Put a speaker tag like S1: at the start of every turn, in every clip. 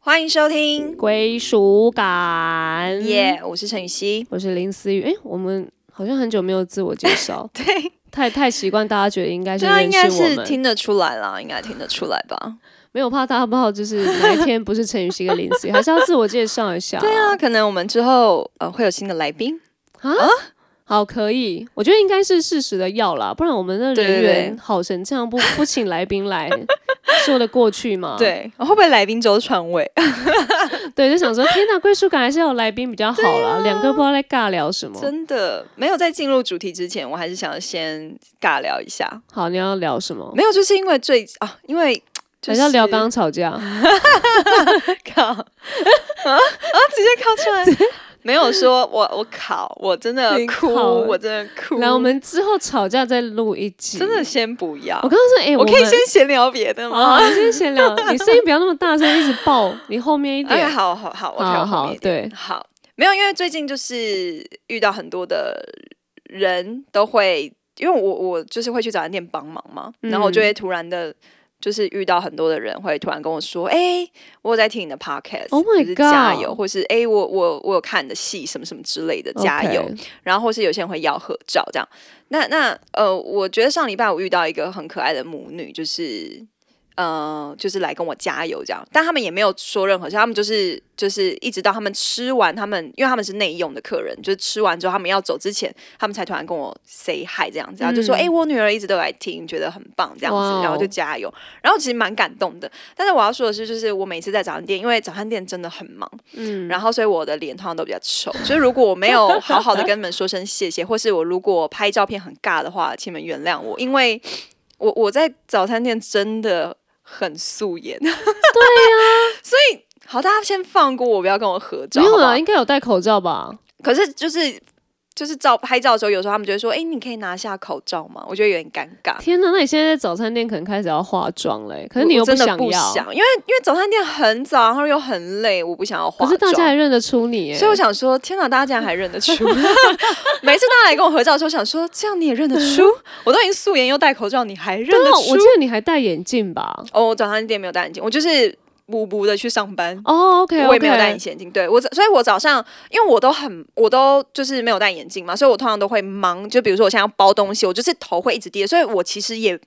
S1: 欢迎收听，
S2: 归属感。
S1: 耶、我是陈雨希。，
S2: 我是林思雨。哎、我们好像很久没有自我介绍
S1: 对，
S2: 太太习惯大家觉得应该是
S1: 这啊样应
S2: 认识
S1: 该
S2: 我
S1: 是
S2: 们，
S1: 听得出来啦，应该听得出来吧？
S2: 没有怕大家不知道，就是哪一天不是陈雨希跟林 思雨，还是要自我介绍一下。
S1: 对啊，可能我们之后呃会有新的来宾，
S2: 啊。好，可以，我觉得应该是适时的要啦，不然我们的
S1: 对对
S2: 人
S1: 对
S2: 员好成这样，不不请来宾 来说得过去吗？
S1: 对，会不会来宾周传伟？
S2: 对，就想说，天哪，归属感还是要有来宾比较好啦，两个不知道在尬聊什么。
S1: 啊真的没有在进入主题之前，我还是想先尬聊一下。
S2: 好，你要聊什么？
S1: 没有，就是因为最啊，因为就
S2: 哦还
S1: 是
S2: 是要 聊刚刚吵架？
S1: 考啊啊，直接考 出来。没有说我我考，我真的
S2: 你
S1: 哭，
S2: 考
S1: 我真的哭。
S2: 来，我们之后吵架再录一集。
S1: 真的，先不要
S2: 我，刚刚说，哎、
S1: 我可以
S2: 们哦
S1: 先闲聊别的吗？
S2: 好，你先闲 聊，你声音不要那么大声，一直爆，你后面一
S1: 哎，
S2: 点。
S1: 好好好，我看
S2: 好
S1: 我后
S2: 好，
S1: 面一点
S2: 对，
S1: 好，没有，因为最近就是遇到很多的人都会，因为我我就是会去早餐店帮忙嘛，
S2: 嗯
S1: 然后我就会突然的。就是遇到很多的人会突然跟我说：“哎、我有在听你的 podcast，、
S2: Oh my
S1: 就是加
S2: God
S1: 油，或是哎、我我我有看你的戏什么什么之类的，加油。
S2: OK
S1: 然后或是有些人会要合照这样。那那呃，我觉得上礼拜我遇到一个很可爱的母女，就是呃，就是来跟我加油这样，但他们也没有说任何事，他们就是就是一直到他们吃完，他们因为他们是内用的客人，就是吃完之后他们要走之前，他们才突然跟我 say hi 这样子，然后就说哎、
S2: 嗯
S1: 诶我女儿一直都有来听，觉得很棒这样
S2: 哇
S1: 子
S2: 哦，
S1: 然后就加油，然后其实蛮感动的。但是我要说的是，就是我每次在早餐店，因为早餐店真的很忙，
S2: 嗯，
S1: 然后所以我的脸通常都比较丑，所以如果我没有好好的跟你们说声谢谢，或是我如果拍照片很尬的话，请你们原谅我，因为我我在早餐店真的很素颜。 对呀、所以好，大家先放过我，不要跟我合照。
S2: 没有
S1: 好不好
S2: 啊，应该有戴口罩吧？
S1: 可是就是。就是照拍照的时候，有时候他们就会说：“哎、你可以拿下口罩吗？”我觉得有点尴尬。
S2: 天哪，那你现在在早餐店可能开始要化妆嘞，可是你又
S1: 我真的
S2: 想
S1: 不
S2: 要，
S1: 想，因为因为早餐店很早，然后又很累，我不想要化
S2: 可
S1: 妆。
S2: 是大家还认得出你耶
S1: 所以。我想说，天哪，大家竟然还 认得出！ 每次大家来跟我合照的时候，想说这样你也认得出？我都已经素颜又戴口罩，你还认
S2: 嗯对
S1: 得
S2: 啊，
S1: 出
S2: 我记？得你还戴眼镜吧？
S1: 哦，我早上店没有戴眼镜，我就是补补的去上班。
S2: 哦，OK，
S1: 我也没有戴隐形眼镜，对我早，所以我早上因为我都很，我都就是没有戴眼镜嘛，所以我通常都会忙，就比如说我现在要包东西，我就是头会一直低，所以我其实也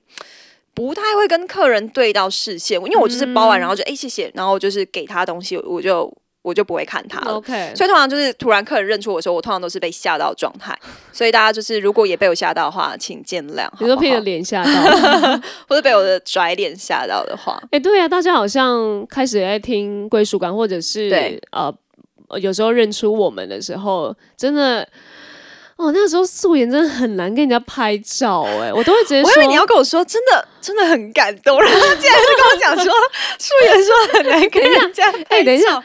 S1: 不太会跟客人对到视线，因为我就是包完
S2: 嗯
S1: 然后就哎、谢谢，然后就是给他东西，我就我就不会看他了。
S2: OK，
S1: 所以通常就是突然客人认出我的时候，我通常都是被吓到的状态。所以大家就是如果也被我吓到的话，请见谅，好
S2: 你
S1: 不
S2: 都
S1: 好？
S2: 被你的脸吓到。
S1: 或者被我的拽脸吓到的话，
S2: 哎、对啊，大家好像开始也在听归属感，或者是
S1: 对
S2: 呃，有时候认出我们的时候，真的，哦，那时候素颜真的很难跟人家拍照、哎，我都会直接
S1: 我以为你
S2: 说。
S1: 要跟我说，真的真的很感动，然后竟然是跟我 讲说，素颜说很难跟人家拍照。
S2: 哎等一下，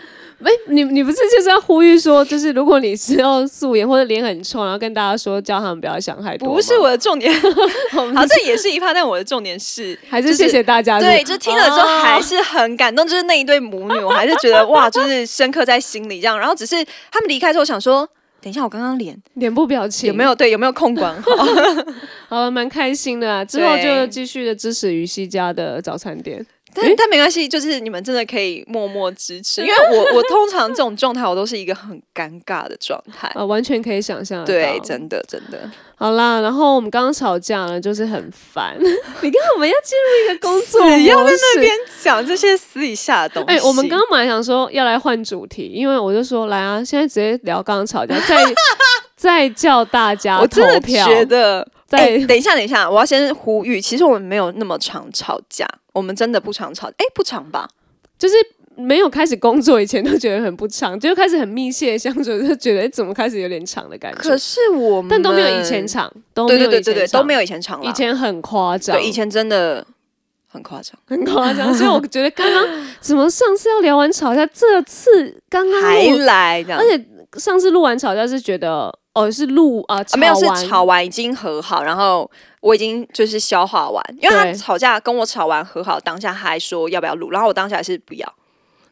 S2: 哎、你你不是就是要呼吁说，就是如果你是要素颜或者脸很臭，然后跟大家说，叫他们不要想太多吗。
S1: 不是我的重点，
S2: 我们
S1: 好，这也是一趴，但我的重点是，
S2: 还
S1: 就是是
S2: 谢谢大家。
S1: 对，就听了之后
S2: 哦
S1: 还是很感动，就是那一对母女，我还是觉得哇，就是深刻在心里这样。然后只是他们离开之后，想说，等一下，我刚刚脸
S2: 脸部表情
S1: 有没？有对，有没有控管好？
S2: 好了，蛮开心的啊。之后就
S1: 对
S2: 继续的支持于西家的早餐店。
S1: 但、但没关系，就是你们真的可以默默支持，因为我我通常这种状态，我都是一个很尴尬的状 态。
S2: 啊，完全可以想象得到。
S1: 对，真的真的，
S2: 好啦，然后我们刚刚吵架了，就是很烦。 你看，我们要进入一个工作
S1: 只要
S2: 模
S1: 在那边
S2: 式。
S1: 讲这些私底下的东
S2: 哎、
S1: 西。
S2: 我们刚刚本来想说要来换主题，因为我就说来啊，现在直接聊刚刚吵架，再 再叫大家
S1: 哎我真的
S2: 投票
S1: 觉得，
S2: 在
S1: 哎、等一下，等一下，我要先呼吁，其实我们没有那么常吵架，我们真的不常吵，哎、不常吧？
S2: 就是没有开始工作以前都觉得很不长，就开始很密切的相处，就觉得哎怎么开始有点长的感
S1: 可
S2: 觉。
S1: 是我们，
S2: 但都没有以前，长，都没
S1: 对对
S2: 有
S1: 对
S2: 以
S1: 对
S2: 前
S1: 对，
S2: 长
S1: 都没有以前长了。
S2: 以前很夸张，
S1: 对，以前真的很夸张，
S2: 很夸张，所以我觉得刚 刚怎么上次要聊完吵架，这次刚刚
S1: 还
S2: 录
S1: 来这样
S2: 而。且上次录完吵架是觉得哦是录啊、
S1: 啊没有
S2: 完
S1: 是吵完已经和好，然后我已经就是消化完，因为他
S2: 对
S1: 吵架跟我吵完和好，当下还说要不要录，然后我当下还是不要。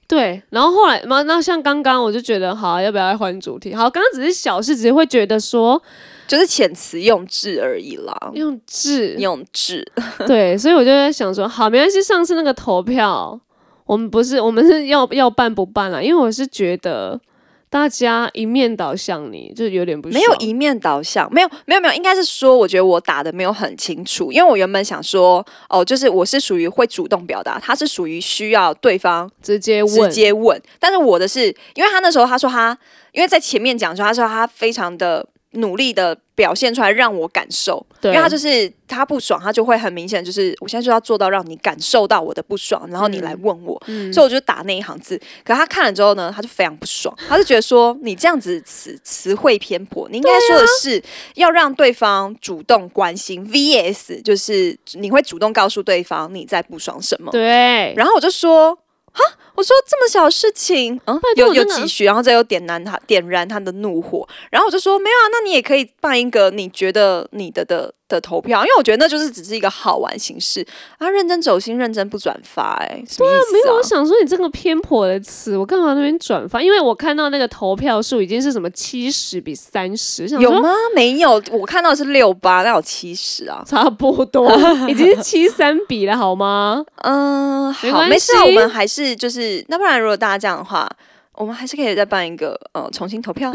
S2: 对，然后后来嘛那像刚刚我就觉得好、要不要来换主题？好，刚刚只是小事，只是会觉得说
S1: 就是遣词用字而已啦，
S2: 用字
S1: 用字。
S2: 对，所以我就在想说好没关系，上次那个投票我们不是，我们是要要办不办啦，啊因为我是觉得大家一面倒向你，就有点不
S1: 没有
S2: 爽
S1: 一面倒向，没有没有没有，应该是说，我觉得我打的没有很清楚，因为我原本想说，哦，就是我是属于会主动表达，他是属于需要对方
S2: 直接
S1: 直
S2: 问，
S1: 接问，但是我的是，因为他那时候他说他，因为在前面讲的时候，他说他非常的努力的表现出来让我感受，因
S2: 对，
S1: 为他就是他不爽，他就会很明显，就是我现在就要做到让你感受到我的不爽，然后你来问我，所以我就打那一行字。可他看了之后呢，他就非常不爽，他就觉得说你这样子词词汇偏颇，你应该说的是要让对方主动关心，VS 就是你会主动告诉对方你在不爽什么。
S2: 对，
S1: 然后我就说。哈，我说这么小的事情，嗯，
S2: 托
S1: 有有
S2: 真的
S1: 几许，然后再又点燃他点燃他的怒火，然后我就说没有啊，那你也可以办一个你觉得你的的的投票，因为我觉得那就是只是一个好玩形式啊，认真走心，认真不转发、哎，什么意
S2: 没
S1: 思
S2: 有，我
S1: 啊？
S2: 想说你这个偏颇的词，我干嘛那边转发？因为我看到那个投票数已经是什么七十比三十，想
S1: 有
S2: 说
S1: 吗？没有，我看到的是六八，那有七十啊。
S2: 差 不多已经是七三比了，好吗？
S1: 嗯，
S2: 没
S1: 好，
S2: 关
S1: 没事啊，
S2: 系
S1: 我们还是就是，那不然如果大家这样的话，我们还是可以再办一个呃重新投 票。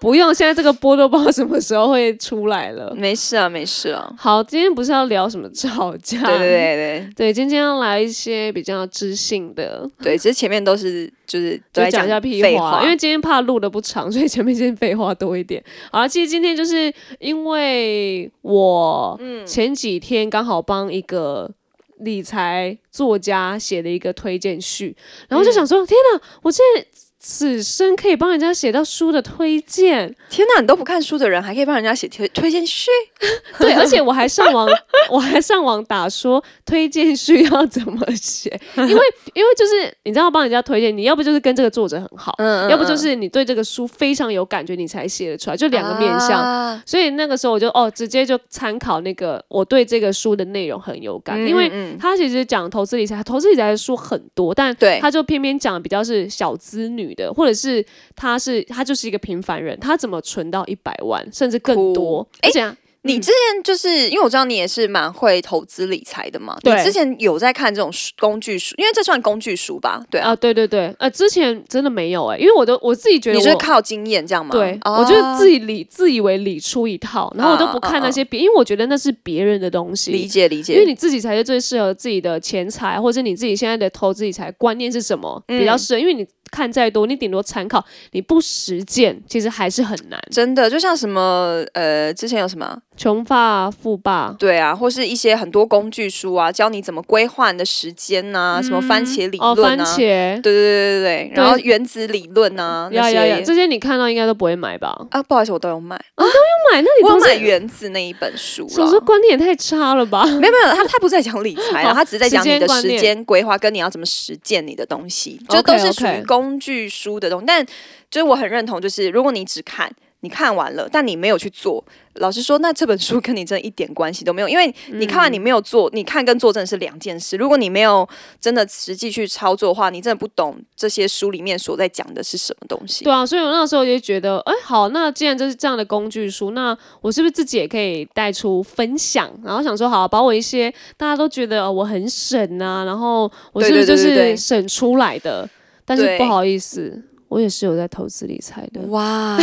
S2: 不用，现在这个波都不知道什么时候会出来了。
S1: 没事啊，没事啊。
S2: 好，今天不是要聊什么吵架？
S1: 对对对对，
S2: 对，今天要来一些比较知性的，
S1: 对，只是前面都是就是都
S2: 就
S1: 在
S2: 讲一下屁
S1: 废
S2: 话，因为今天怕录的不长， 所以前面先废话多一点。好了，其实今天就是因为我前几天刚好帮一个理财作家写了一个推荐序，然后就想说，天哪，我竟然此生可以帮人家写到书的推荐，
S1: 天哪，你都不看书的人还可以帮人家写推推荐序，
S2: 对，而且我还上网，我还上网打说推荐序要怎么 写，因为因为就是你知道帮人家推荐，你要不就是跟这个作者很好，
S1: 嗯
S2: 要不就是你对这个书非常有感觉，你才写得出来，就两个面向。
S1: 啊
S2: 所以那个时候我就哦，直接就参考那个我对这个书的内容很有感，因为
S1: 嗯嗯
S2: 他其实讲投资理财，投资理财的书很多，但
S1: 对
S2: 他就偏偏讲比较是小资女的，或者是他是他就是一个平凡人，他怎么存到一百万甚至更多
S1: 酷？
S2: 而且啊、
S1: 你之前就是因为我知道你也是蛮会投资理财的嘛，你
S2: 对
S1: 之前有在看这种书工具书，因为这算工具书吧？对啊，
S2: 啊，对对对，呃，之前真的没有哎、因为我都我自己觉得
S1: 你
S2: 我
S1: 是靠经验这样吗？
S2: 对，
S1: 哦嗯
S2: 我就自己理自以为理出一套，然后我都不看那些别，因为我觉得那是别人的东
S1: 理
S2: 西。
S1: 解理解，
S2: 因为你自己才是最适合自己的钱财，或者你自己现在的投资理财观念是什么、比
S1: 嗯
S2: 较适合。因为你看再多，你顶多参考，你不实践，其实还是很难。
S1: 真的就像什么呃，之前有什么
S2: 穷爸富爸，
S1: 对啊，或是一些很多工具书啊，教你怎么规划你的时间呐、什么番茄理
S2: 哦，
S1: 论
S2: 番
S1: 啊，
S2: 茄，
S1: 对对对对对，然后原子理论啊，那
S2: 呀
S1: 些
S2: 嗯呀呀，这些你看到应该都不会买吧？
S1: 啊，不好意思，我都有买，
S2: 不买，那你
S1: 我有
S2: 都
S1: 买《
S2: 是
S1: 原子》那一本书
S2: 小时候
S1: 了。
S2: 观念也太差了吧？
S1: 没有没有，他他不是在讲理 财啦，
S2: 哦
S1: 他只是在讲你的
S2: 时间观
S1: 时
S2: 念
S1: 间规划，跟你要怎么实践你的东西，就都是
S2: OK，OK
S1: 属于工具书的东西。但就是我很认同，就是如果你只看。你看完了，但你没有去做。老实说，那这本书跟你真的一点关系都没有，因为
S2: 嗯
S1: 你看完你没有做，你看跟做真的是两件事。如果你没有真的实际去操作的话，你真的不懂这些书里面所在讲的是什么东西。
S2: 对啊，所以我那时候也觉得，哎，好，那既然这是这样的工具书，那我是不是自己也可以带出分享？然后想说，好，把我一些大家都觉得、呃我很省啊，然后我是不是就
S1: 对对对对
S2: 是
S1: 对
S2: 省出来的？但是
S1: 对
S2: 不好意思。我也是有在投资理财的，
S1: 哇，
S2: 哦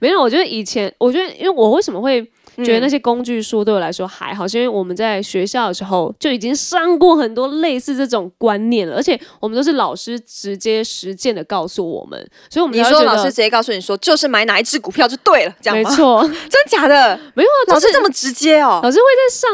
S2: 没有。我觉得以前，我觉得，因为我为什么会觉得那
S1: 些
S2: 些工具书对我来说还好，是因为我们在学校的时候就已经上过很多类似这种观念了，而且我们都是老师直接实践的告诉我们，所以我们
S1: 你
S2: 才会
S1: 说
S2: 觉得
S1: 老师直接告诉你说，就是买哪一只股票就对了，这样
S2: 没
S1: 吗？
S2: 错，
S1: 真假的？
S2: 没有啊，
S1: 老
S2: 老
S1: 师
S2: 师呃
S1: 这么直接哦。
S2: 老师会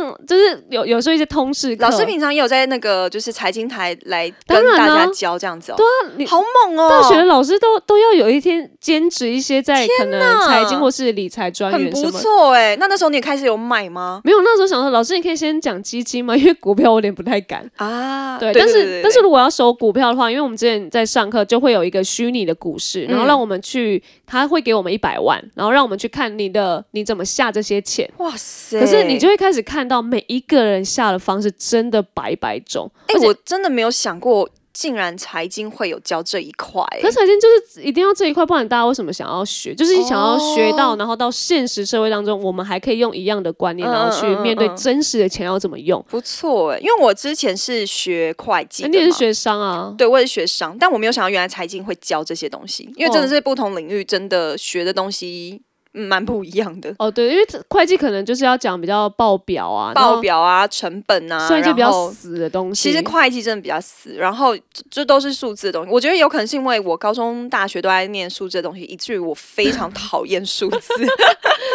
S2: 在上，就是有有时候一些通识课，
S1: 老师平常也有在那个就是财经台来
S2: 当
S1: 跟
S2: 然
S1: 大
S2: 啊
S1: 家教这样子哦，
S2: 那你
S1: 好猛哦！
S2: 大学的老师都都要有一天兼职一些在可能财经或是理财专
S1: 很
S2: 员
S1: 不
S2: 什么。
S1: 错哎，那那时候你也开始有买吗？
S2: 没有，那时候想说，老师你可以先讲基金 嘛，因为股票我有点不太敢。
S1: 啊，
S2: 对，
S1: 对
S2: 但是
S1: 对对
S2: 但是如果要收股票的话，因为我们之前在上课就会有一个虚拟的股市，然后
S1: 嗯
S2: 让我们去，他会给我们一百万，然后让我们去看你的你怎么下这些钱。
S1: 哇塞，
S2: 可是你就会开始看到每一个人下的方式真的百百种，
S1: 哎
S2: 而，且
S1: 我真的没有想过竟然财经会有教这一块、欸
S2: 可是财经就是一定要这一块，不然大家为什么想要学？就是想要学到，
S1: 哦
S2: 然后到现实社会当中，我们还可以用一样的观念，
S1: 嗯
S2: 然后去
S1: 嗯嗯
S2: 面对
S1: 嗯
S2: 真实的钱要怎么用。
S1: 不错哎、因为我之前是学会计
S2: 那
S1: 的
S2: 你也是
S1: 嘛
S2: 学商啊？
S1: 对，我也是学商，但我没有想到原来财经会教这些东西，因为真的
S2: 哦
S1: 是不同领域，真的学的东西嗯蛮不一样的。
S2: 哦，对，因为会计可能就是要讲比较报表啊，然后
S1: 报表啊，成本啊，
S2: 算一些比
S1: 然
S2: 较
S1: 后
S2: 死的东西。
S1: 其实会计真的比较死，然后这这都是数字的东西。我觉得有可能是因为我高中、大学都在念数字的东西，以至于我非常 讨厌数字。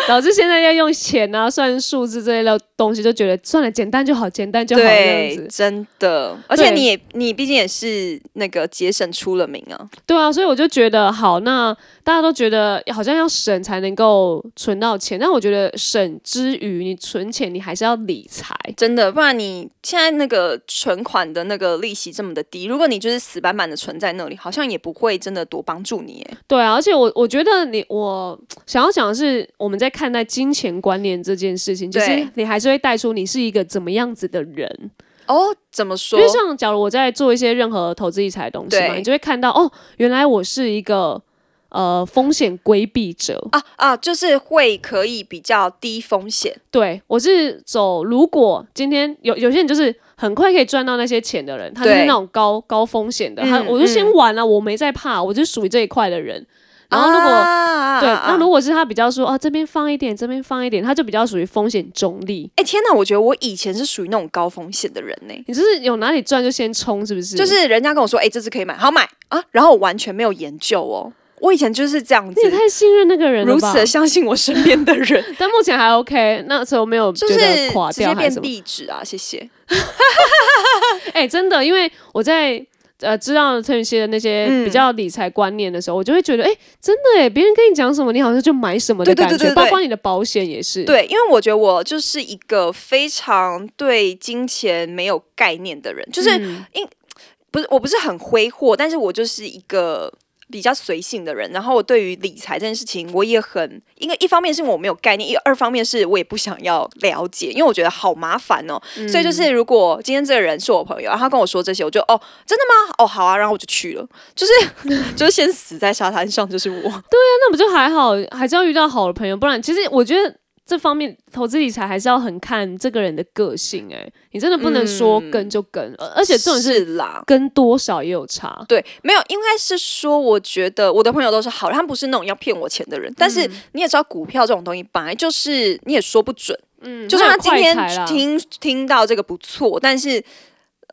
S2: 导致现在要用钱啊、算数字这类的东西，就觉得算了，简单就好，简单就好这样
S1: 对
S2: 子，。
S1: 真的，而且
S2: 对
S1: 你也你毕竟也是那个节省出了名啊，
S2: 对啊，所以我就觉得好，那大家都觉得好像要省才能够存到钱，但我觉得省之余，你存钱你还是要理财。
S1: 真的，不然你现在那个存款的那个利息这么的低，如果你就是死板板的存在那里，好像也不会真的多帮助你耶。
S2: 对啊，而且我我觉得你我想要讲的是，我们在看待金钱观念这件事情，就是
S1: 对
S2: 你还是会带出你是一个怎么样子的人。
S1: 哦，怎么说
S2: 因为？像假如我在做一些任何投资理财的东西嘛，
S1: 对
S2: 你就会看到哦，原来我是一个呃风险规避者，
S1: 啊啊，就是会可以比较低风险，
S2: 对我是走。如果今天有有些人就是很快可以赚到那些钱的人，他就
S1: 对
S2: 是那种高高风险的，他
S1: 嗯
S2: 我就先
S1: 嗯
S2: 玩啊了、我没在怕，我就属于这一块的人。然后如果、
S1: 啊
S2: 对，
S1: 啊啊
S2: 那如果是他比较说哦、这边放一点，这边放一点，他就比较属于风险中立。
S1: 哎、天哪！我觉得我以前是属于那种高风险的人呢、
S2: 你就是有哪里赚就先冲，是不是？
S1: 就是人家跟我说，哎、这次可以买，好买啊，然后我完全没有研究哦。我以前就是这样子
S2: 你也，太信任那个人了
S1: 如
S2: 吧
S1: 此？的相信我身边的人，
S2: 但目前还 OK，那时候没 有觉
S1: 就是
S2: 得垮
S1: 直接
S2: 掉还
S1: 变
S2: 是什么。
S1: 壁纸啊，谢谢。
S2: 哎、真的，因为我在呃知道了陈雨希的那些
S1: 嗯
S2: 比较理财观念的时候，我就会觉得，哎、真的哎，别人跟你讲什么，你好像就买什么的
S1: 对对
S2: 感觉，
S1: 对对对
S2: 包括你的保险也是。
S1: 对，因为我觉得我就是一个非常对金钱没有概念的人，就是、
S2: 嗯
S1: 不是我不是很挥霍，但是我就是一个比较随性的人。然后我对于理财这件事情，我也很因为一方面是我没有概念，一二方面是我也不想要了解，因为我觉得好麻烦哦。所
S2: 嗯
S1: 以就是如果今天这个人是我朋友，然后他跟我说这些，我就哦真的吗？哦好啊，然后我就去了，就是就是 先死在沙滩上，就是我。
S2: 那不就还好，还是要遇到好的朋友，不然其实我觉得。这方面投资理财还是要很看这个人的个性、哎，你真的不能说跟就跟，而而且这种是
S1: 嗯是啦，
S2: 跟多少也有差。
S1: 对，没有，应该是说，我觉得我的朋友都是好人，他们不是那种要骗我钱的人。但
S2: 嗯
S1: 是你也知道，股票这种东西本来就是你也说不准，
S2: 嗯，
S1: 就算他
S2: 还
S1: 今
S2: 有快
S1: 天
S2: 财啦
S1: 听听到这个不错，但是。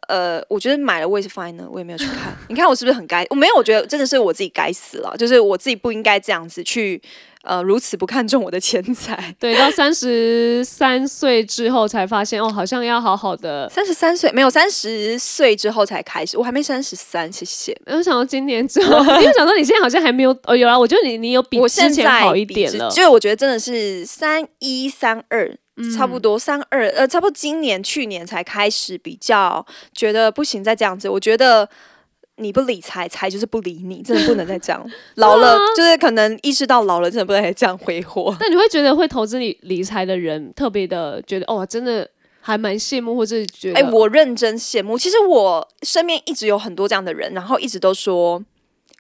S1: 呃，我觉得买了我也是放在那，我也没有去看。 你看我是不是很该？我没有，我觉得真的是我自己该死了，就是我自己不应该这样子去，呃，如此不看重我的钱财。
S2: 对，到三十三岁之后才发现，哦，好像要好好的
S1: 三十三岁没有，三十岁之后才开始，我还没三十三，谢谢。
S2: 我想到今年之后， 因为想到你现在好像还没有，哦，有啦，我觉得你你有比
S1: 我
S2: 之
S1: 现
S2: 前
S1: 在
S2: 好一
S1: 比
S2: 点
S1: 之
S2: 了，
S1: 就是我觉得真的是三一三二。差
S2: 嗯
S1: 不多三二呃，差不多今年去年才开始比较觉得不行，再这样子，我觉得你不理财，财就是不理你，真的不能再这 样。老了、
S2: 啊
S1: 就是可能意识到老了，真的不能再这样挥 霍。
S2: 但你会觉得会投资理理财的人特别的觉得，哦，真的还蛮羡慕，或是觉得，
S1: 哎、我认真羡慕。其实我身边一直有很多这样的人，然后一直都说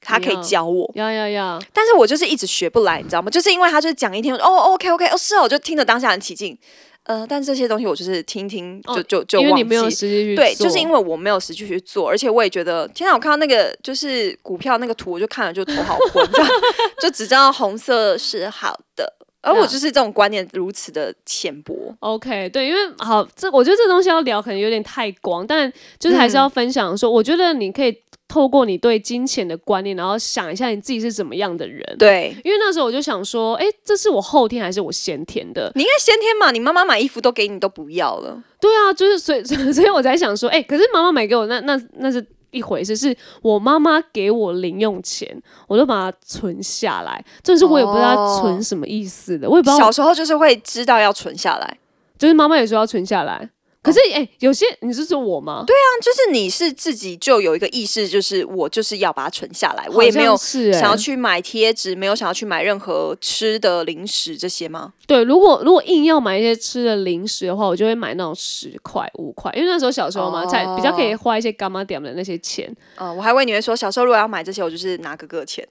S1: 他可
S2: 怎
S1: 以
S2: 样
S1: 教我，
S2: 呀呀呀，
S1: 但是我就是一直学不来，你知道吗？就是因为他就是讲一天，哦哦，OK OK，哦是哦，我就听得当下很起劲。呃，但这些东西我就是听听就、
S2: 哦
S1: 就就
S2: 因为
S1: 忘
S2: 你
S1: 记。
S2: 没有实际去
S1: 对，就是因
S2: 为
S1: 为我没有实际去做，而且我也觉得，天啊！我看到那个就是股票那个图，我就看了就头好昏，这样 就只知道红色是好的，而
S2: 啊
S1: 我就是这种观念如此的浅薄。
S2: OK，对，因为好，这我觉得这东西要聊可能有点太广，但就是还是
S1: 嗯
S2: 要分享说，我觉得你可以透过你对金钱的观念，然后想一下你自己是怎么样的人。
S1: 对，
S2: 因为那时候我就想说，哎、这是我后天还是我先天的？
S1: 你应该先天嘛，你妈妈买衣服都给你都不要了，
S2: 对啊，就是所以 所以我才想说，哎、可是妈妈买给我那那那是一回事，是我妈妈给我零用钱，我都把它存下来，就是我也不知道
S1: 哦
S2: 存什么意思的，我也不知道
S1: 小，时候就是会知道要存下来。
S2: 就是妈妈也说要存下来，可是哎、有些你是说我吗？对，
S1: 但就是你是自己就有一个意识，就是我就是要把它存下来，我也没有
S2: 是、哎
S1: 想要去买贴纸，没有想要去买任何吃的零食这些吗？
S2: 对，如果如果硬要买一些吃的零食的话，我就会买那种十块、五块，因为那时候小时候嘛，才比较可以
S1: 哦
S2: 花一些干妈点的那些钱。
S1: 嗯、我还以为你会说小时候如果要买这些，我就是拿哥哥的钱。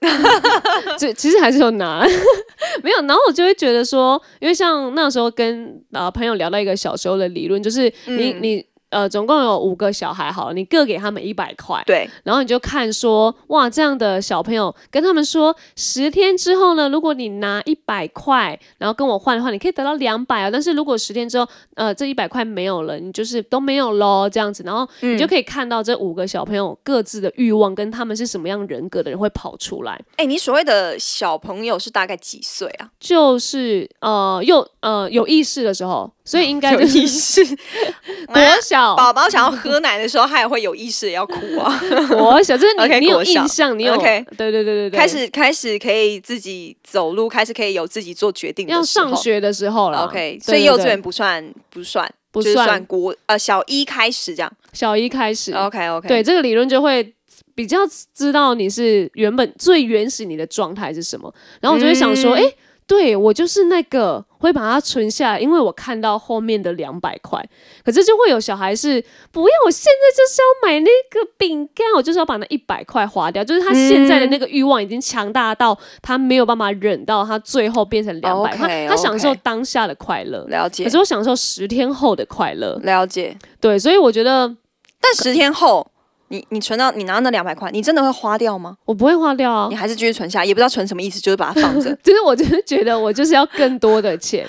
S2: 这其实还是有拿， 没有。然后我就会觉得说，因为像那时候跟呃朋友聊到一个小时候的理论，就是你、你呃总共有五个小孩好了，你各给他们一百块，
S1: 对，
S2: 然后你就看说，哇，这样的小朋友跟他们说，十天之后呢，如果你拿一百块，然后跟我换的话，你可以得到两百啊。但是如果十天之后，呃，这一百块没有了，你就是都没有喽，这样子。然后你就可以看到这五个小朋友各自的欲望跟他们是什么样人格的人会跑出来，
S1: 哎、你所谓的小朋友是大概几岁啊？
S2: 就是呃，又呃有意识的时候，所以 应该
S1: 有
S2: 就是
S1: 意识，
S2: 国 小。
S1: 宝宝想要喝奶的时候，他也会有意识也要哭 啊。
S2: 国小就是你
S1: OK，
S2: 你有
S1: 国小
S2: 印象，你有
S1: OK
S2: 对对对对对，
S1: 开始开始可以自己走路，开始可以有自己做决定的
S2: 要
S1: 时候
S2: 上学的时候了
S1: OK，
S2: 对
S1: 所以
S2: 对
S1: 幼
S2: 对
S1: 稚园不算不算，
S2: 不
S1: 就是
S2: 算
S1: 算国呃小一开始这样。
S2: 小一开始
S1: OK OK，
S2: 对这个理论就会比较知道你是原本最原始你的状态是什么，然后我就会想说，
S1: 嗯
S2: 诶，对我就是那个会把它存下来，因为我看到后面的两百块，可是就会有小孩是不要，我现在就是要买那个饼干，我就是要把那一百块花掉，就是他
S1: 嗯
S2: 现在的那个欲望已经强大到他没有办法忍到他最后变成两百，
S1: 哦
S2: 他
S1: OK，
S2: 他享受
S1: OK
S2: 当下的快乐，
S1: 了
S2: 可
S1: 解嗯
S2: 是我享受十天后的快乐，
S1: 了解。
S2: 对，所以我觉得。
S1: 但十天后，你你存到你拿那两百块，你真的会花掉吗？
S2: 我不会花掉啊。
S1: 你，还是继续存下，也不知道存什么意思，就是把它放着
S2: 就是我就是觉得我就是要更多的钱，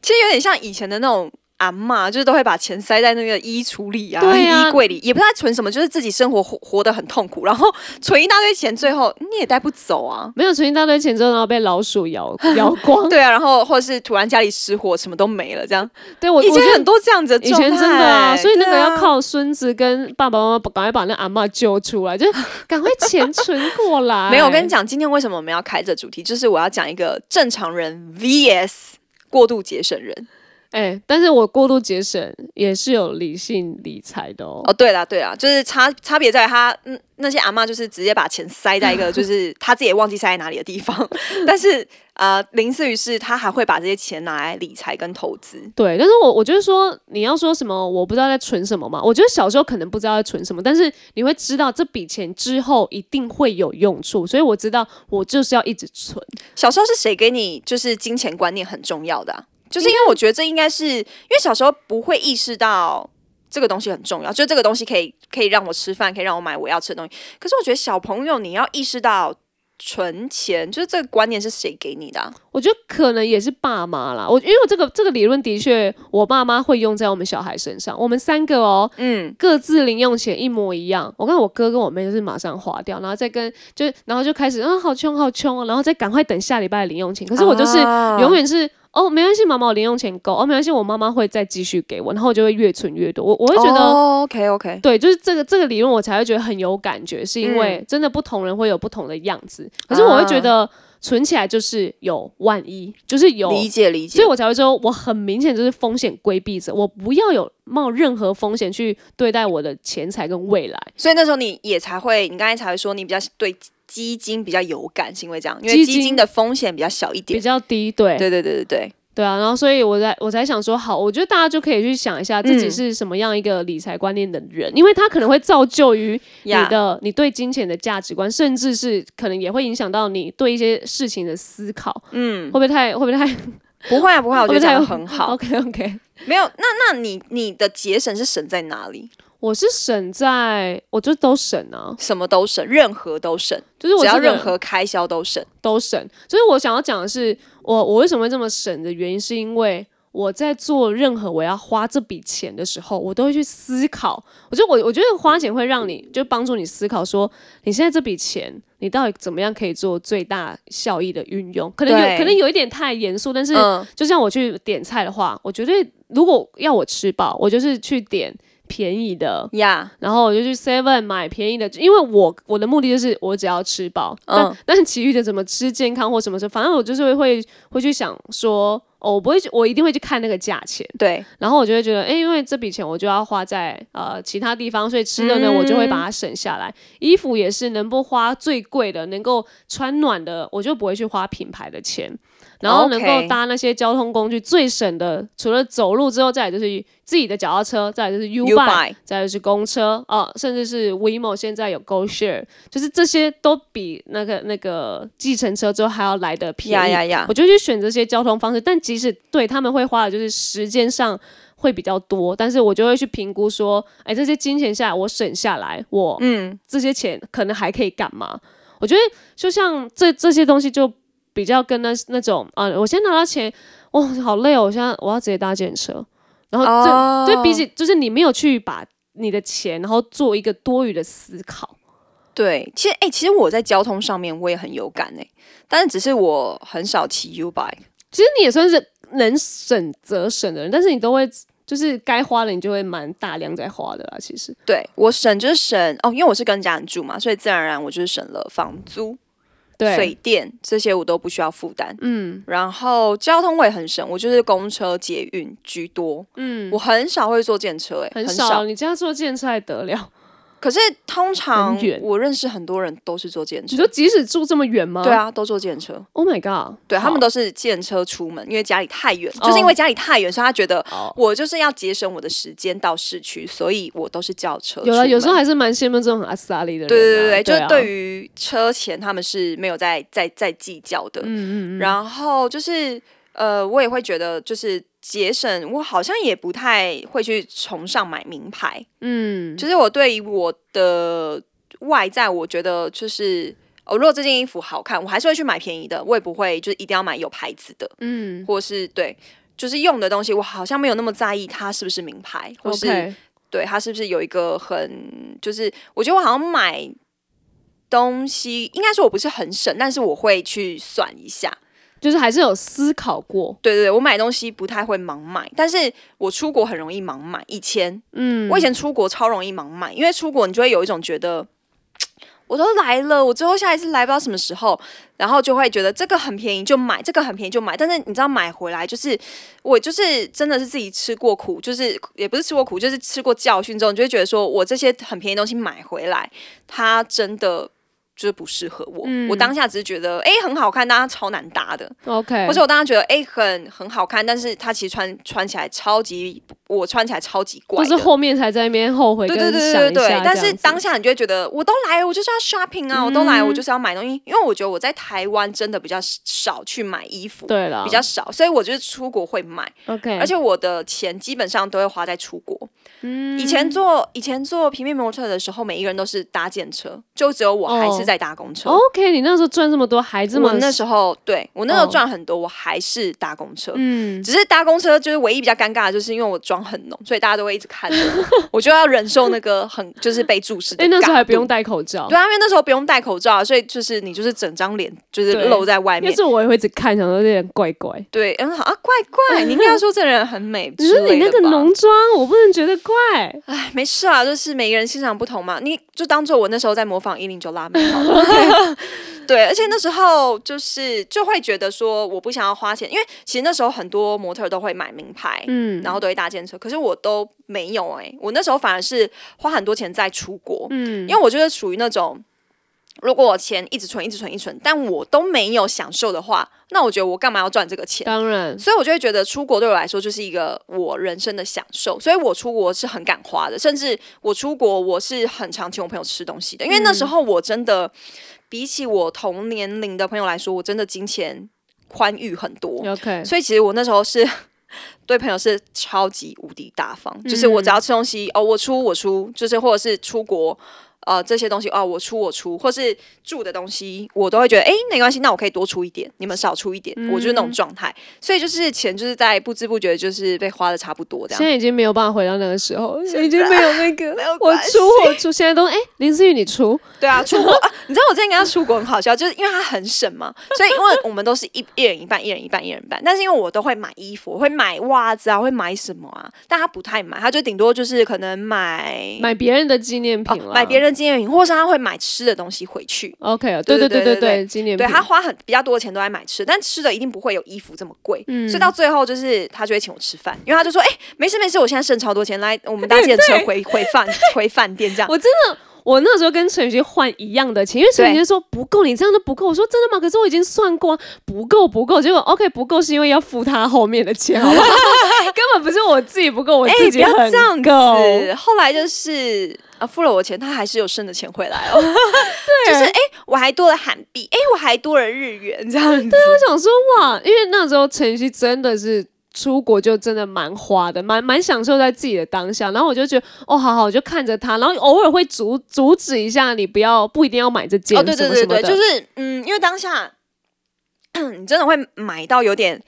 S1: 其实有点像以前的那种。阿嬷，就是都会把钱塞在那个衣橱里啊、
S2: 对啊
S1: 衣柜里，也不知道存什么，就是自己生活活活得很痛苦，然后存一大堆钱，最后你也带不走啊。
S2: 没有存一大堆钱之后，然后被老 鼠咬咬光。
S1: 对啊，然后或者是突然家里失火，什么都没了，这样。
S2: 对我
S1: 以
S2: 我觉
S1: 前
S2: 得
S1: 很多这样子的
S2: 以
S1: 状态，
S2: 前真的啊，所以那个
S1: 对啊
S2: 要靠孙子跟爸爸妈妈赶快把那阿嬷救 出来，就是赶快钱存过来。
S1: 没有，我跟你讲，今天为什么我们要开这主题，就是我要讲一个正常人 VS 过度节省人。
S2: 哎、但是我过度节省也是有理性理财的哦。
S1: 哦，对啦，对啦，就是差差别在他，嗯，那些阿嬷就是直接把钱塞在一个 就是他自己也忘记塞在哪里的地方，但是呃，林思雨是他还会把这些钱拿来理财跟投资。
S2: 对，但是我我觉得说你要说什么，我不知道在存什么嘛。我觉得小时候可能不知道在存什么，但是你会知道这笔钱之后一定会有用处，所以我知道我就是要一直存。
S1: 小时候是谁给你就是金钱观念很重要的啊、就是因为我觉得这应该是因为小时候不会意识到。这个东西很重要，就是这个东西可以可以让我吃饭，可以让我买我要吃的东西。可是我觉得小朋友你要意识到存钱，就是这个观念是谁给你的啊、
S2: 我觉得可能也是爸妈啦，我因为我这个这个理论的确，我爸妈会用在我们小孩身上。我们三个哦，
S1: 嗯，
S2: 各自零用钱一模一样。我看我哥跟我妹就是马上花掉，然后再跟就然后就开始啊好穷好穷哦，然后再赶快等下礼拜的零用钱。可是我就是
S1: 啊
S2: 永远是、哦没关系，妈妈我零用钱够哦没关系，我妈妈会再继续给我，然后我就会越存越多。我我会觉得、
S1: 哦、OK OK，
S2: 对，就是这个这个理论，我才会觉得很有感觉，是因
S1: 嗯
S2: 为真的不同人会有不同的样子。可是我会
S1: 啊
S2: 觉得存起来就是有万一，就是有，
S1: 理解理解
S2: 所以。我才会说我很明显就是风险规避者，我不要有冒任何风险去对待我的钱财跟未来。
S1: 所以那时候你也才会，你刚才才会说你比较对基金比较有感，是因为这样，因
S2: 基
S1: 为
S2: 金
S1: 基金的风险比较小一
S2: 比
S1: 点。
S2: 较低，对
S1: 对对对对对，
S2: 对啊，然后所以我才我才想说，好，我觉得大家就可以去想一下自己
S1: 嗯
S2: 是什么样一个理财观念的人，因为他可能会造就于你
S1: 呀
S2: 的你对金钱的价值观，甚至是可能也会影响到你对一些事情的思考。嗯，会不会太会不会太
S1: 不会啊不会啊，我觉得
S2: 会不会
S1: 讲
S2: 太
S1: 的很 好。
S2: ？OK OK，
S1: 没有，那那你你的节省是省在哪里？
S2: 我是省在，我就都省啊，
S1: 什么都省，任何都省，
S2: 就是我
S1: 只要
S2: 这个
S1: 任何开销都省。
S2: 都省。所以我想要讲的是，我我为什么会这么省的原因，是因为我在做任何我要花这笔钱的时候，我都会去思考。我觉得我我觉得花钱会让你就帮助你思考说，你现在这笔钱你到底怎么样可以做最大效益的运用？可能有
S1: 对
S2: 可能有一点太严肃，但是
S1: 嗯，
S2: 就像我去点菜的话，我绝对如果要我吃饱，我就是去点便宜的，
S1: 呀，
S2: 然后我就去 Seven 买便宜的，因为我我的目的就是我只要吃饱，
S1: 嗯
S2: 但但其余的怎么吃健康或什么时候，反正我就是会会去想说，哦，我不会去，我一定会去看那个价钱，
S1: 对，
S2: 然后我就会觉得，哎、因为这笔钱我就要花在呃其他地方，所以吃的
S1: 嗯
S2: 呢，我就会把它省下来。衣服也是能不花最贵的，能够穿暖的，我就不会去花品牌的钱。然后能
S1: OK
S2: 够搭那些交通工具最省的，除了走路之后，再来就是自己的脚踏车，再来就是 U
S1: You
S2: bike，
S1: buy
S2: 再来就是公车，哦，甚至是 WeMo 现在有 Go Share，就是这些都比那个那个计程车之后还要来的便宜。
S1: 呀呀呀
S2: 我，就去选择这些交通方式。但即使对他们会花的就是时间上会比较多，但是我就会去评估说，哎，这些金钱下来我省下来，我
S1: 嗯，
S2: 这些钱可能还可以干嘛？我觉得就像这这些东西就比较跟那那种啊、我先拿到钱，哦，好累哦，我现在我要直接搭建车，然后这、
S1: 哦
S2: 对比起就是你没有去把你的钱，然后做一个多余的思考。
S1: 对，其实哎、其实我在交通上面我也很有感哎、但是只是我很少骑 U bike，
S2: 其实你也算是能省则省的人，但是你都会就是该花的你就会蛮大量在花的啦。其实
S1: 对我省就是省哦，因为我是跟家人住嘛，所以自然而然我就是省了房租、水
S2: 对，
S1: 电这些我都不需要负担，
S2: 嗯
S1: 然后交通我也很省，我就是公车、捷运居多，
S2: 嗯，
S1: 我很少会坐电车、欸，
S2: 很
S1: 很
S2: 少。你这样坐健车还得了？
S1: 可是通常
S2: 很远
S1: 我认识很多人都是坐电
S2: 你
S1: 车
S2: 说，即使住这么远吗？
S1: 对啊，都坐电车，
S2: ，Oh my god，
S1: 对他们
S2: 都
S1: 都是电车出门，因为家里太远，
S2: 哦
S1: 就是因为家里太远，所以他觉得
S2: 哦
S1: 我就是要节省我的时间到市区，所以我都是叫车
S2: 有
S1: 了，
S2: 了，有时候还是蛮羡慕这种阿斯拉利的人、啊。
S1: 对对对，
S2: 对，
S1: 就是
S2: 于、
S1: 对于车钱他们是没有在在在计较的。
S2: 嗯嗯嗯，
S1: 然后就是呃，我也会觉得就是节省，我好像也不太会去崇尚买名牌，
S2: 嗯，
S1: 就是我对于我的外在，我觉得就是。哦，如果这件衣服好看，我还是会去买便宜的，我也不会就是一定要买有牌子的，
S2: 嗯
S1: 或是对，就是用的东西，我好像没有那么在意它是不是名牌，或是
S2: ，OK，
S1: 对它是不是有一个很，就是我觉得我好像买东西，应该说我不是很省，但是我会去算一下。
S2: 就是还是有思考过。
S1: 对对对，我买东西不太会盲买，但是我出国很容易盲买。以前
S2: 嗯，
S1: 我以前出国超容易盲买，因为出国你就会有一种觉得。我都来了，我之后下一次来不知道什么时候，然后就会觉得这个很便宜就买，这个很便宜就买。但是你知道买回来就是我就是真的是自己吃过苦，就是也不是吃过苦，就是吃过教训之后，你就会觉得说我这些很便宜的东西买回来，它真的就是不适合我。
S2: 嗯
S1: 我当下只是觉得诶很好看，但它超难搭的，
S2: OK，
S1: 或者我当时觉得哎、诶很很好看，但是它其实穿穿起来超级，我穿起来超级怪
S2: 或是
S1: 的。
S2: 后面才在那边后悔
S1: 对
S2: 跟
S1: 对
S2: 想一
S1: 对
S2: 下
S1: 对对，但
S2: 这
S1: 是
S2: 样子嗯
S1: 当下你就会觉得，我都来了，我就是要 shopping 啊，我都来了，我就是要买东西。因为我觉得我在台湾真的比较少去买衣服，
S2: 对啊了，
S1: 比较少，所以我就是出国会买，
S2: OK，
S1: 而且我的钱基本上都会花在出国。
S2: 嗯
S1: 以前坐以前坐平面摩托车的时候，每一个人都是搭建车，就只有我还
S2: 哦
S1: 是在搭公车。
S2: OK，你那时候赚这么多，还这么
S1: 我那时候对我那时候
S2: 哦
S1: 赚很多，我还是搭公车。
S2: 嗯，
S1: 只是搭公车就是唯一比较尴尬，的就是因为我妆很浓，所以大家都会一直看着我，我就要忍受那个很就是被注视的。
S2: 哎、那时候还不用。戴口罩，
S1: 对啊，因为那时候不用戴口罩啊，所以就是你就是整张脸就是
S2: 对
S1: 露在外
S2: 因为
S1: 面。
S2: 这我也会一直看，想说这人怪怪。
S1: 对，然后好啊，怪 怪，你应该要说这人很美
S2: 你说
S1: 之类的吧。
S2: 你那个浓妆，我不能觉得 怪。
S1: 哎，没事啊，就是每个人欣赏不同嘛，你就当做我那时候在模仿一零九辣妹好了。 对，而且那时候就是就会觉得说我不想要花钱，因为其实那时候很多模特儿都会买名牌，
S2: 嗯，
S1: 然后都会搭建车，可是我都没有哎、我那时候反而是花很多钱在出国，
S2: 嗯
S1: 因为我就是属于那种，如果我钱一直存、一直存、一直存，但我都没有享受的话，那我觉得我干嘛要赚这个钱？
S2: 当然，
S1: 所以我就会觉得出国对我来说就是一个我人生的享受，所以我出国是很敢花的，甚至我出国我是很常请我朋友吃东西的，因
S2: 嗯
S1: 为那时候我真的比起我同年龄的朋友来说，我真的金钱宽裕很多，
S2: OK，
S1: 所以其实我那时候是 对朋友是超级无敌大方，就是我只要吃东西哦，我出我出，就是或者是出国。呃，这些东西哦，我出我出，或是住的东西，我都会觉得，哎、没关系，那我可以多出一点，你们少出一点，我就是那种状态。所以就是钱就是在不知不觉就是被花的差不多这
S2: 现
S1: 样。啊
S2: 在已经没有办法回到那个时候，已经没有那个
S1: 没有
S2: 我
S1: 关系
S2: 出我出，现在都哎、林思雨你出，
S1: 对啊，出国、啊你知道我之前跟他出国很好笑，就是因为他很省嘛，所以因为我们都是一一人一半，一人一半，一人一半。但是因为我都会买衣服，我会买袜子啊，会买什么啊，但他不太买，他就顶多就是可能买哦
S2: 买别人的纪念品了、
S1: 嗯买别人纪念品，或是他会买吃的东西回去。
S2: OK，
S1: 对对对
S2: 对对对
S1: 对
S2: 对，纪念
S1: 对
S2: 品。
S1: 他花很比较多的钱都在买吃，但吃的一定不会有衣服这么贵，
S2: 嗯
S1: 所以到最后就是他就会请我吃饭，因为他就说：“哎、没事没事，我现在剩超多钱，来我们搭计程 车回回饭回饭店这样。”
S2: 我我那时候跟陈雨欣换一样的钱，因为陈雨欣说不够，你这样都不够。我说真的吗？可是我已经算过啊，不够不够。结果 OK 不够是因为要付他后面的钱，好不好？ 根本不是我自己不够，我
S1: 哎、
S2: 自
S1: 不
S2: 己
S1: 要
S2: 很
S1: 这样
S2: 够。
S1: 子。后来就是啊，付了我钱，他还是有剩的钱回来哦。对，就是哎、我还多了韩币，哎、我还多了日元这样子。
S2: 我想说哇，因为那时候陈雨欣真的是。出国就真的蛮花的，蛮蛮享受在自己的当下。然后我就觉得，哦，好好，我就看着他，然后偶尔会阻阻止一下你，不要不一定要买这件
S1: 哦，对
S2: 什
S1: 对
S2: 么什
S1: 对
S2: 么的。
S1: 对，就是嗯，因为当下嗯你真的会买到有点。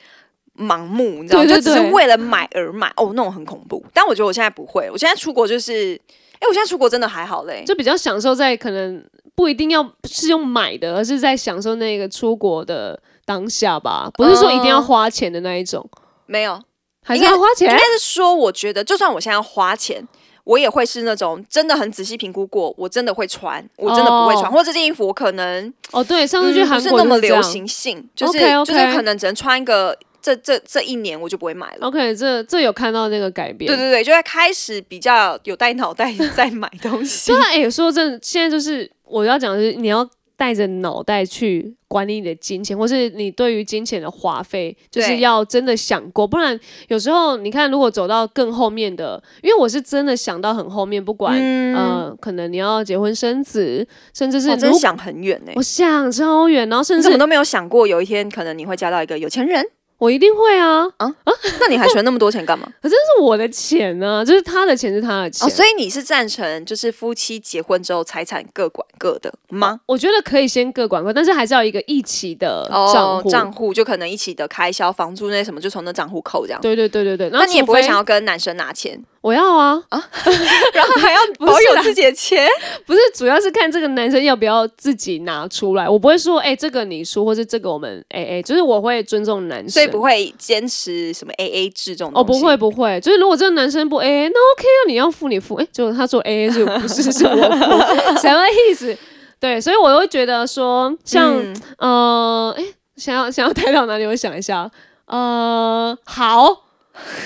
S1: 盲目，你知道吗？
S2: 对对
S1: 就只是
S2: 对
S1: 为了买而买，哦，那种很恐怖。但我觉得我现在不会，我现在出国就是，哎、我现在出国真的还好嘞。
S2: 就比较享受在可能不一定要是用买的，而是在享受那个出国的当下吧，不是说一定要花钱的那一种，
S1: 没有，
S2: 还是要花钱
S1: 哦应该。是说，我觉得就算我现在要花钱，我也会是那种真的很仔细评估过，我真的会穿，我真的不会穿，
S2: 哦
S1: 或者这件衣服我可能
S2: 哦，对，上次去
S1: 嗯
S2: 韩
S1: 不是
S2: 国
S1: 那么
S2: 就这样
S1: 流。行性，就是
S2: OK，OK
S1: 就是可能只能穿一个这这这一年我就不会买了。
S2: OK，这这有看到那个改变。
S1: 对对对，就会开始比较有带脑袋 在买东西
S2: 对。啊，哎、说真的，现在就是我要讲的是，你要带着脑袋去管理你的金钱，或是你对于金钱的花费，就
S1: 对
S2: 是要真的想过，不然有时候你看，如果走到更后面的，因为我是真的想到很后面，不管、
S1: 嗯
S2: 呃，可能你要结婚生子，甚至是
S1: 我
S2: 如
S1: 真想很远呢、
S2: 我想超远，然后甚
S1: 你怎么
S2: 至
S1: 都没有想过有一天可能你会嫁到一个有钱人？
S2: 我一定会啊，
S1: 那你还存那么多钱干嘛？
S2: 可是这是我的钱呢、就是他的 钱是他的钱，
S1: 哦，所以你是赞成就是夫妻结婚之后财产各管各的吗？
S2: 我觉得可以先各管管，但是还是要有一个一起的
S1: 哦
S2: 账，户。
S1: 账户就可能一起的开销、房租那些什么，就从那账户扣这样。
S2: 对对对对对，那
S1: 那你也不会想
S2: 要
S1: 要哦跟男生拿 钱，
S2: 我要啊，
S1: 然后还要
S2: 不是
S1: 保有
S2: 啦
S1: 自己的钱，
S2: 不是，主要是看这个男生要不要自己拿出来。我不会说，哎、这个你出，或是这个我们 A A，就是我会尊重男生。
S1: 所以不会坚持什么 A A 制这种
S2: 哦，
S1: 东
S2: 不
S1: 西。
S2: 会不会，就是如果这个男生不 A A，那 OK 啊，你要付你付。哎、结果他说 A A 就不是是我付， 什么意思？对，所以我会觉得说，像、
S1: 嗯
S2: 呃，哎、想要想要带到哪里？我想一下，哦呃，好，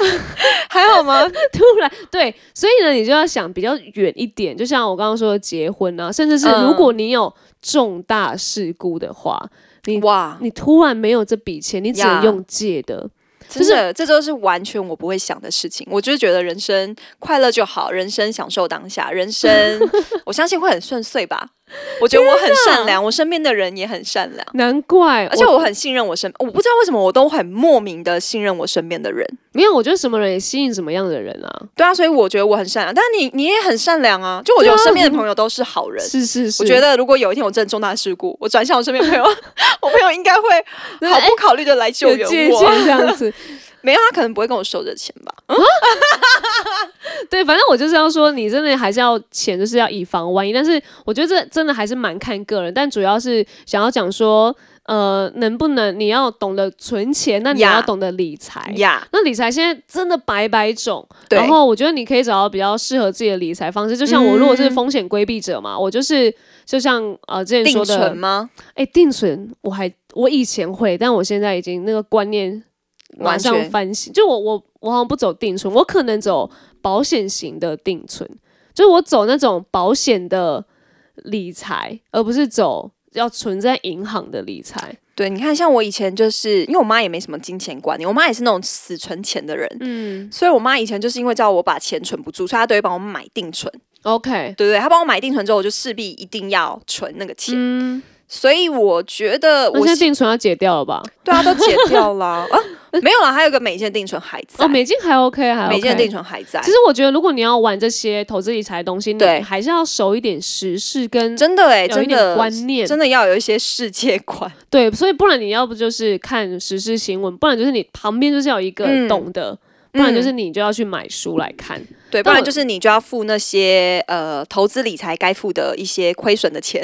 S1: 还好吗？
S2: 突然对，所以呢，你就要想比较远一点，就像我刚刚说的结婚啊，甚至是
S1: 嗯
S2: 如果你有重大事故的话， 你
S1: 哇，
S2: 你突然没有这笔钱，你只
S1: 呀
S2: 能用借的。
S1: 真的，这都是完全我不会想的事情。我就是觉得人生快乐就好，人生享受当下，人 生我相信会很顺遂吧。我觉得我很善良，我身边的人也很善良，
S2: 难怪，
S1: 而且我很信任我身，我不知道为什么我都很莫名的信任我身边的人。
S2: 没有，我觉得什么人也吸引什么样的人啊。
S1: 对啊，所以我觉得我很善良，但你你也很善良啊。就我觉得我身边的朋友都是好人。
S2: 是是是，
S1: 我觉得如果有一天我真的重大事故，我转向我身边的 朋友，我朋友应该会毫不考虑的来救
S2: 有
S1: 援
S2: 借
S1: 我。
S2: 鉴这样 子。
S1: 没有，啊他可能不会跟我收这钱吧？
S2: 对，反正我就是要说，你真的还是要钱，就是要以防万一。但是我觉得这真的还是蛮看个人，但主要是想要讲说，呃，能不能你要懂得存钱，那你
S1: 呀
S2: 要懂得理财。
S1: 呀、
S2: 那理财现在真的百百种，
S1: 对，
S2: 然后我觉得你可以找到比较适合自己的理财方式。就像我，如果是
S1: 嗯
S2: 风险规避者嘛，我就是就像呃之前
S1: 定
S2: 说的，
S1: 存吗？
S2: 哎、定存我还我以前会，但我现在已经那个观念马
S1: 完
S2: 上
S1: 全
S2: 翻新。就我我我好像不走定存，我可能走保险型的定存，就是我走那种保险的理财，而不是走要存在银行的理财。
S1: 对，你看，像我以前就是因为我妈也没什么金钱观念，我妈也是那种死存钱的人，
S2: 嗯
S1: 所以我妈以前就是因为知道我把钱存不住，所以她都会帮我买定存，
S2: ，OK，
S1: 对不对？她帮我买定存之后，我就势必一定要存那个钱，
S2: 嗯，
S1: 所以我觉得
S2: 那
S1: 我
S2: 现在定存要解掉了吧？哦
S1: 对啊，都解掉 啦。啊，没有啦，还有个美健定存还在，
S2: 哦，美金还 OK，还 OK。
S1: 美健定存还在
S2: 其。实我觉得，如果你要玩这些投资理财的东西，你
S1: 对
S2: 还是要熟一点时事跟
S1: 真的哎、
S2: 有一
S1: 真
S2: 点
S1: 的
S2: 观念，
S1: 真的要有一些世界观。
S2: 对，所以不然你要不就是看时事新闻，不然就是你旁边就是要有一
S1: 嗯
S2: 个懂得 不然就是你就要去买书来看。
S1: 对，不
S2: 但
S1: 然
S2: 我
S1: 就是你就要付那些呃投资理财该付的一些亏损的 钱，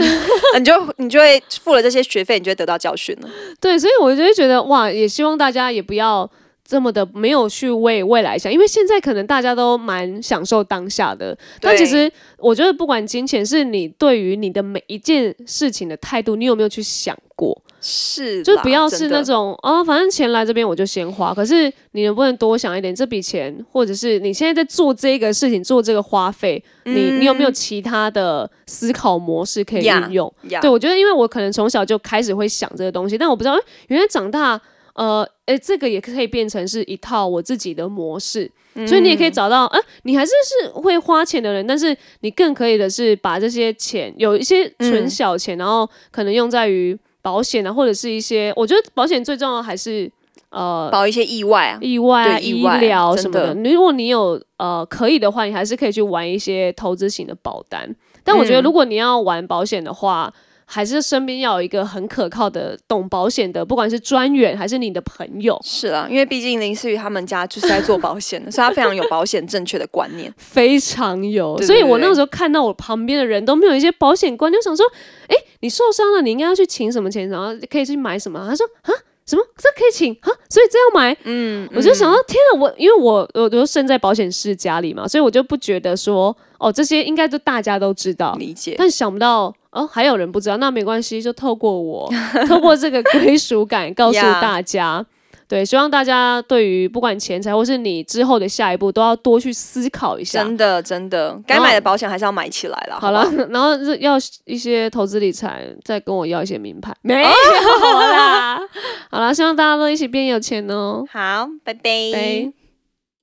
S1: 你就你就会付了这些学费，你就会得到教训了。
S2: 对，所以我就会觉得哇，也希望大家也不要这么的没有去为未来想，因为现在可能大家都蛮享受当下的，但
S1: 对
S2: 其实我觉得不管金钱，是你对于你的每一件事情的态度，你有没有去想过？
S1: 是啦，
S2: 就不要
S1: 真
S2: 是
S1: 的
S2: 那种哦，反正钱来这边我就先花，可是你能不能多想一点，这笔钱或者是你现在在做这个事情，做这个花费，你
S1: 嗯
S2: 你有没有其他的思考模式可以
S1: 呀
S2: 运用？
S1: 呀
S2: 对，我觉得因为我可能从小就开始会想这个东西，但我不知道，诶原来长大，呃，诶，这个也可以变成是一套我自己的模式，
S1: 嗯
S2: 所以你也可以找到，啊，你还是是会花钱的人，但是你更可以的是把这些钱有一些存
S1: 嗯
S2: 小钱，然后可能用在于保险啊，或者是一些，我觉得保险最重要还是呃。
S1: 保一些意外啊。
S2: 意外啊、
S1: 对
S2: 医
S1: 意外
S2: 疗
S1: 真
S2: 什么的，如果你有呃可以的话，你还是可以去玩一些投资型的保单。但我觉得，
S1: 嗯
S2: 如果你要玩保险的话，还是身边要有一个很可靠的懂保险的，不管是专员还是你的朋友，
S1: 是啦，因为毕竟林思雨他们家就是在做保险的，所以他非常有保险正确的观 念。
S2: 非常有。
S1: 对对
S2: 所以我
S1: 对
S2: 那个时候看到我旁边的人都没有一些保险观念，我想说，哎、你受伤了，你应该要去请什么钱，然后可以去买什么？他说啊。什么？这可以请啊？所以这要买？嗯，我就想到，天啊！我因为我我我就身在保险世家里嘛，所以我就不觉得说，哦，这些应该都大家都知道。
S1: 理解，
S2: 但想不到哦，还有人不知道，那没关系，就透过我， 透过这个归属感告诉
S1: Yeah
S2: 大家。对，希望大家对于不管钱财或是你之后的下一步，都要多去思考一下。
S1: 真的真的，该买的保险还是要买起来啦。
S2: 好
S1: 不好
S2: 了， 然后是要一些投资理财，再跟我要一些名牌， 没有啦。好啦，希望大家都一起变有钱哦。
S1: 好，拜
S2: 拜。